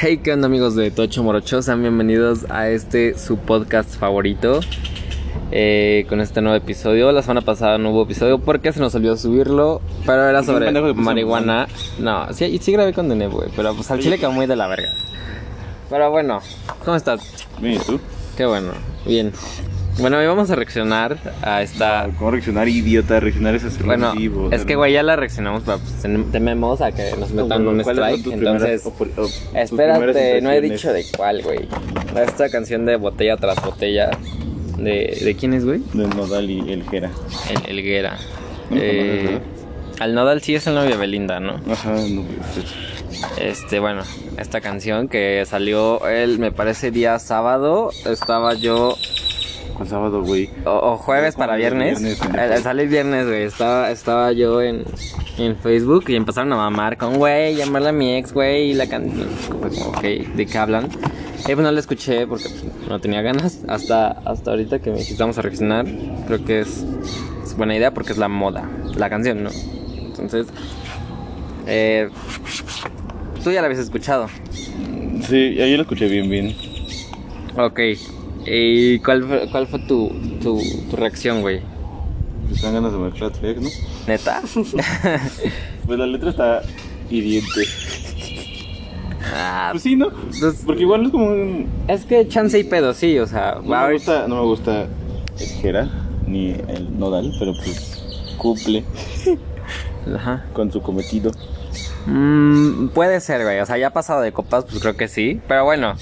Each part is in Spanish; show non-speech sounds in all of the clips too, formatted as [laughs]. Hey, ¿qué onda amigos de Tocho Morocho? Sean bienvenidos a este su podcast favorito eh, con este nuevo episodio. La semana pasada no hubo episodio porque se nos olvidó subirlo, pero era Es un sobre pendejo que puso marihuana. No, sí, y sí grabé con Deneb, güey, pero pues al chile quedó muy de la verga. Pero bueno, ¿cómo estás? Bien, ¿y tú? Qué bueno, bien. Bueno, hoy vamos a reaccionar a esta... ¿Cómo reaccionar, idiota? Reaccionar es exclusivo. Bueno, o sea, es que güey, ya la reaccionamos, pero pues tem- tememos a que nos metan un ¿cuáles son strike, tus primeras entonces... opor- o- tus Espérate, primeras no he impresiones? dicho de cuál, güey. Esta canción de botella tras botella. ¿De, de quién es, güey? De Nodal y el Jera. El Elguera. No, Eh, no, no, no, al Nodal sí es el novio de Belinda, ¿no? Ajá, no pues, Este, bueno, esta canción que salió el, me parece, día sábado. Estaba yo. ¿Cuál sábado, güey? O, o jueves ¿Cómo para el viernes. viernes, pendejo? Eh, sale el viernes, güey. Estaba, estaba yo en, en Facebook y empezaron a mamar con, güey, llamarle a mi ex, güey, y la canción. ok, ¿de qué hablan? Eh, pues no la escuché porque pues, no tenía ganas. Hasta, hasta ahorita que me dijiste, vamos a reaccionar, creo que es, es buena idea porque es la moda, la canción, ¿no? Entonces, eh, tú ya la habías escuchado. Sí, yo lo escuché bien, bien. Ok. ¿Y cuál fue, cuál fue tu, tu, tu reacción, güey? Están ganas de marcar track, ¿no? [laughs] ¿Neta? Pues la letra está hiriente. Ah, Pues sí, ¿no? Entonces- Porque igual es como un... Ah, Es que chance y pedo, sí, o sea, No va a me haber- gusta, no me gusta el Jera, ni el Nodal, pero pues cumple Ajá. con su cometido. Mm, puede ser, güey, o sea, ya pasado de copas, pues creo que sí, pero bueno,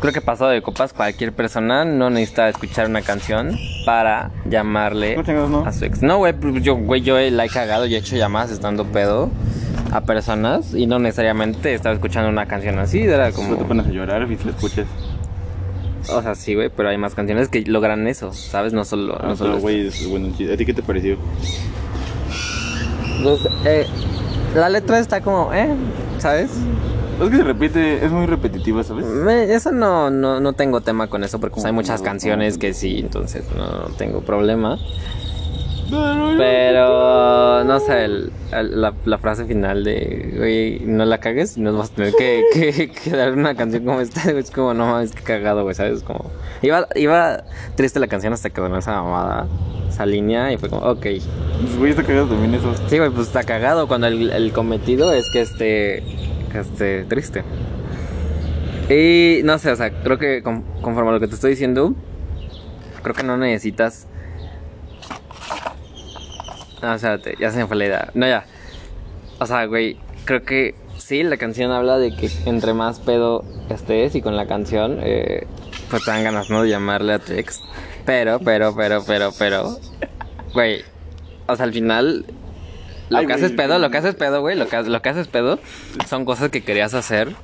creo que pasado de copas cualquier persona no necesita escuchar una canción para llamarle No tengas, ¿no? a su ex. No, güey, pues, yo, güey, yo la he cagado, yo he hecho llamadas estando pedo a personas y no necesariamente estaba escuchando una canción así, era No te como... pones a llorar si la escuchas. O sea, sí, güey, pero hay más canciones que logran eso, ¿sabes? No solo... No, No solo Ah, pero güey, es bueno. sí. ¿A ti qué te pareció? Pues, eh, la letra está como, ¿eh? ¿Sabes? Es que se repite, es muy repetitiva, ¿sabes? Me- Eso no, no, no tengo tema con eso porque pues, hay muchas Como- canciones que sí, entonces no, no tengo problema. Pero, Pero no sé, el- el- la, la frase final de, güey, no la cagues, nos vas a tener que, [laughs] que- que dar una canción como esta. [laughs] güey, Es como, no mames, que cagado, güey, ¿sabes? Como, iba, iba triste la canción hasta que donó esa mamada, esa línea y fue como, ok. Pues, güey, está cagado también eso. Sí, güey, pues está cagado cuando el, el cometido es que esté, que esté triste. Y no sé, o sea, creo que con- conforme a lo que te estoy diciendo, creo que no necesitas... No, espérate, ya se me fue la idea. No, ya. O sea, güey, creo que sí, la canción habla de que entre más pedo estés y con la canción, eh, pues te dan ganas, ¿no? De llamarle a tu ex. Pero, pero, pero, pero, pero... Güey, o sea, al final... Lo Ay, que güey, haces pedo, güey. lo que haces pedo, güey, lo que, lo que haces pedo son cosas que querías hacer,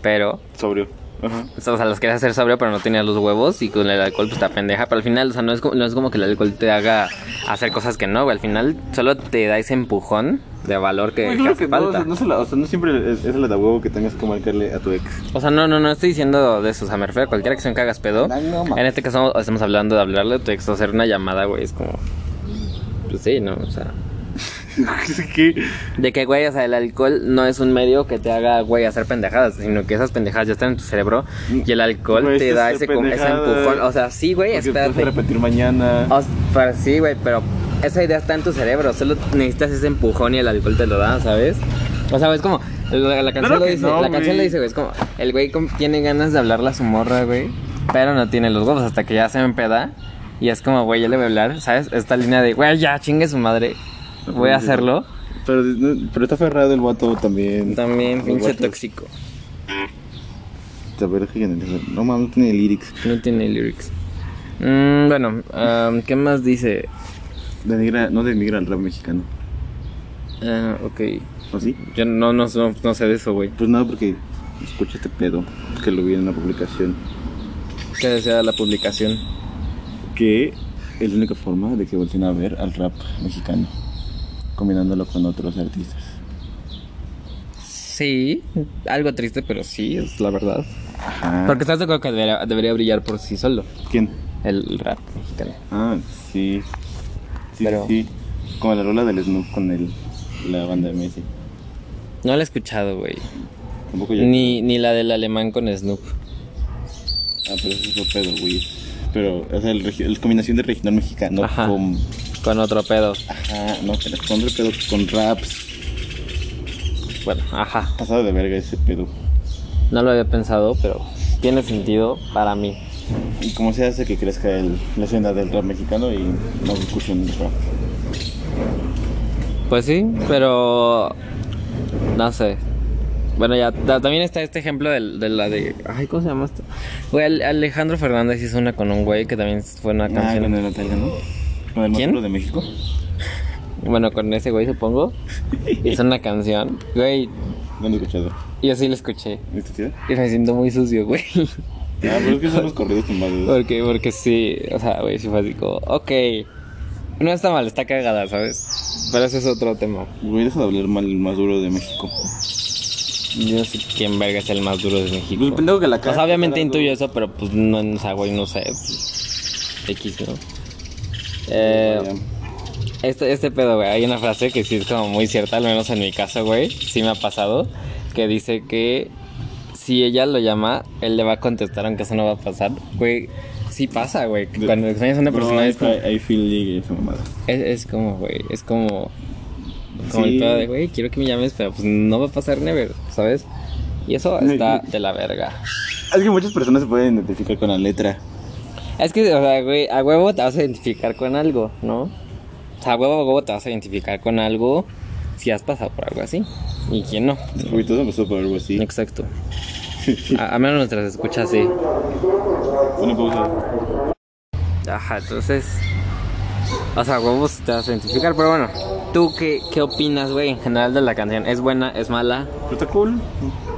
pero... Sobrio. Ajá. O sea, las querías hacer sobrio, pero no tenías los huevos y con el alcohol pues te pendeja. Pero al final, o sea, no es, como, no es como que el alcohol te haga hacer cosas que no, güey. Al final solo te da ese empujón de valor que, Güey, que claro hace que no, o falta. sea, no, se la- o sea, no siempre es, es el huevo que tengas que marcarle a tu ex. [laughs] O sea, no, no, no estoy diciendo de eso. O sea, me refiero a cualquier acción que hagas pedo. Ay, no, ma. en este caso estamos hablando de hablarle a tu ex, hacer una llamada, güey. Es como... Pues sí, ¿no? O sea... Es que De que, güey, o sea, el alcohol no es un medio que te haga, güey, hacer pendejadas, sino que esas pendejadas ya están en tu cerebro Mm. y el alcohol Güey, te es da que ese, es com- ese pendejada. empujón. O sea, sí, güey, porque te vas a espérate. Ah. repetir mañana. O sea, sí, güey, pero esa idea está en tu cerebro. Solo necesitas ese empujón y el alcohol te lo da, ¿sabes? O sea, güey, es como. La, la canción Claro lo que dice, no, la canción güey. lo dice, güey. Es como. El güey com- tiene ganas de hablarle a su morra, güey. Pero no tiene los huevos hasta que ya se empeda. Y es como, güey, ya le voy a hablar, ¿sabes? Esta línea de, güey, ya chingue su madre. Voy a hacerlo. Pero, no, pero está aferrado el vato también. También, Los pinche vatos. tóxico. A ver, es que- No mames, no tiene lyrics. No tiene lyrics. Mm, bueno, am, ¿qué más dice? Denigra, no denigra al rap mexicano. Ah, ok. ¿O sí? Yo no, no, no, no sé de eso, güey. Pues nada, porque escucha este pedo que lo vi en una publicación. ¿Qué desea la publicación? que es la única forma de que volteen a ver al rap mexicano, combinándolo con otros artistas. Sí, algo triste, pero sí, es la verdad. Ajá. Porque estás de acuerdo que debería, debería brillar por sí solo Ah, ¿Quién? el rap mexicano. Ah, sí. Sí, Pero- sí. Como la rola del Snoop con el, la banda de Messi. No lo he escuchado, güey. Tampoco yo. Ni, ni la del alemán con Snoop. Ah, pero eso es otro pedo, güey. Pero, o sea, el regi- la combinación de regional mexicano Ajá. con. Con otro pedo. Ajá, no, pero con otro pedo, con raps. Bueno, ajá. Pasado de verga ese pedo. No lo había pensado, pero tiene sentido para mí. Y como se hace que crezca el- la escena del rap mexicano y la discusión del rap. Pues sí, pero no sé. Bueno, ya ta- también está este ejemplo del- de, la de ay, ¿cómo se llama esto? Güey, Al- Alejandro Fernández hizo una con un güey que también fue una Ah, canción. con el Natalia, ¿no? Con el más ¿Quién? duro de México. Bueno, con ese güey supongo. Hizo una canción, güey, No lo he escuchado. y yo sí la escuché. ¿Viste, tía? Y me siento muy sucio, güey. [laughs] Ah, pero es que son los corridos tumbados. Porque, porque sí, o sea, güey, sí fue así como, ok. No está mal, está cagada, ¿sabes? Pero eso es otro tema. Güey, deja de hablar mal el más duro de México. Yo no sé quién verga es el más duro de México. Pues, pendejo que la O caga, sea, obviamente cagando. intuyo eso, pero pues no, o sea, güey, no sé. X, ¿no? Eh, este, este pedo, güey, hay una frase que sí es como muy cierta, al menos en mi caso, güey, sí me ha pasado, que dice que si ella lo llama, él le va a contestar, aunque eso no va a pasar. Güey, sí pasa, güey, que De- cuando extrañas a una persona no, es, como, I, I feel league esa mamada. es, es como, güey, es como, como Sí. el pedo de, güey, quiero que me llames, pero pues no va a pasar never, ¿sabes? Y eso Me- está de la verga. Es que muchas personas se pueden identificar con la letra. Es que, o sea, güey, a huevo te vas a identificar con algo, ¿no? O sea, a huevo, a huevo te vas a identificar con algo si has pasado por algo así. ¿Y quién no? Güey, todo empezó por algo así. Exacto. A, a menos nuestras escuchas, sí. Una pausa. Ajá, entonces... O sea, a huevo sí te vas a identificar, pero bueno. ¿Tú qué, qué opinas, güey, en general de la canción? ¿Es buena? ¿Es mala? Pero está cool.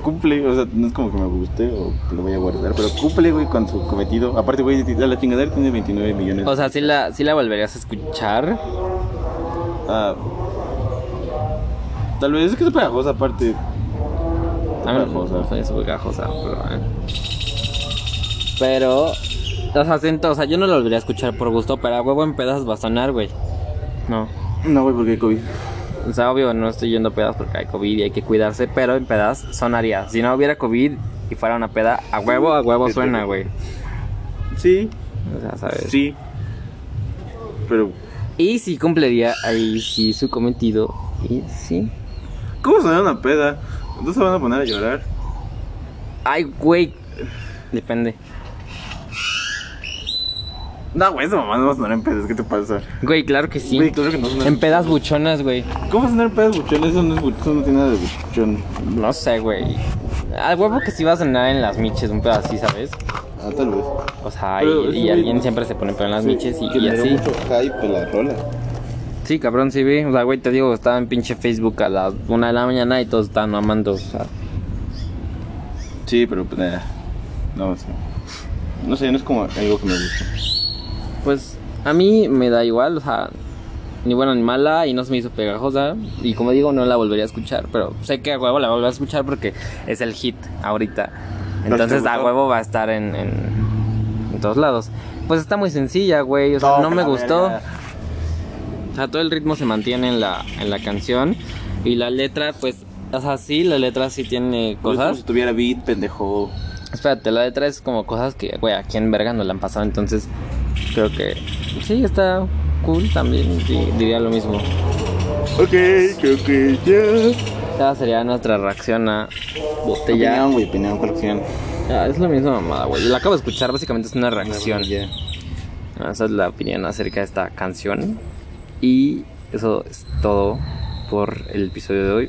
Cumple, o sea, no es como que me guste o que lo voy a guardar, pero cumple, güey, con su cometido. Aparte, güey, a la chingadera tiene 29 millones. O sea, ¿sí la, sí la volverías a escuchar? Ah, tal vez es que es pegajosa, aparte. A mí Pegajosa. no es pegajosa, pero. eh. Pero. O sea, siento, o sea, yo no lo volvería a escuchar por gusto, pero a huevo en pedas va a sonar, güey. No. No, güey, porque hay COVID. O sea, obvio, no estoy yendo a pedas porque hay COVID y hay que cuidarse, pero en pedas sonaría. Si no hubiera COVID y fuera una peda, a huevo, a huevo Sí, suena, sí. güey. Sí, O sea, ¿sabes? sí. Pero, Y si cumpliría ahí sí su cometido. Y sí. ¿cómo sonar una peda? ¿No se van a poner a llorar? Ay, güey. Depende. No, güey, esa mamá no va a sonar en pedas, ¿qué te pasa? Güey, claro que sí. Güey, claro que no suena. En pedas buchonas, güey. ¿Cómo va a sonar en pedas buchón? Eso no, es buchón, eso no tiene nada de buchón. No sé, güey. Al huevo que sí va a sonar en las miches, un pedo así, ¿sabes? Ah, tal vez. O sea, Pero es y, y muy- alguien siempre se pone pedo en las miches y, que y le dio así. mucho hype la rola. Sí, cabrón, sí vi. O sea, güey, te digo, estaba en pinche Facebook a las una de la mañana y todos estaban mamando. O sea, Sí, pero pues nada. No, sí. No sé, no es como algo que me gusta. pues a mí me da igual, o sea, ni buena ni mala y no se me hizo pegajosa. Y como digo, no la volvería a escuchar, pero sé que a huevo la volvería a escuchar porque es el hit ahorita. ¿Pero te Entonces a gustó? huevo va a estar en, en, en todos lados. Pues está muy sencilla, güey. O sea, no, me gustó. O sea, todo el ritmo se mantiene en la, en la canción. Y la letra, pues, o sea, sí, la letra sí tiene Cosas. Pues como si cosas. tuviera beat, pendejo. Espérate, la letra es como cosas que, güey, aquí en verga no la han pasado. Entonces, creo que sí, está cool también. di- diría lo mismo. Ok, creo que ya. Esta sería nuestra reacción a Botella. Opinión, güey, opinión, colección. Ah, es la misma mamada, güey. La acabo de escuchar, básicamente es una reacción. Ya. Ah, Esa es la opinión acerca de esta canción. Y eso es todo por el episodio de hoy.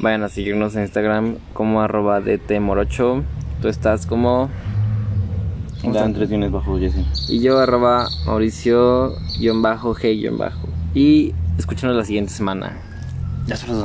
Vayan a seguirnos en Instagram como arroba DTMorocho. Tú estás como... Dan tres guiones bajo Jesse. Y yo arroba Mauricio-G-. Y escúchanos la siguiente semana. Ya se los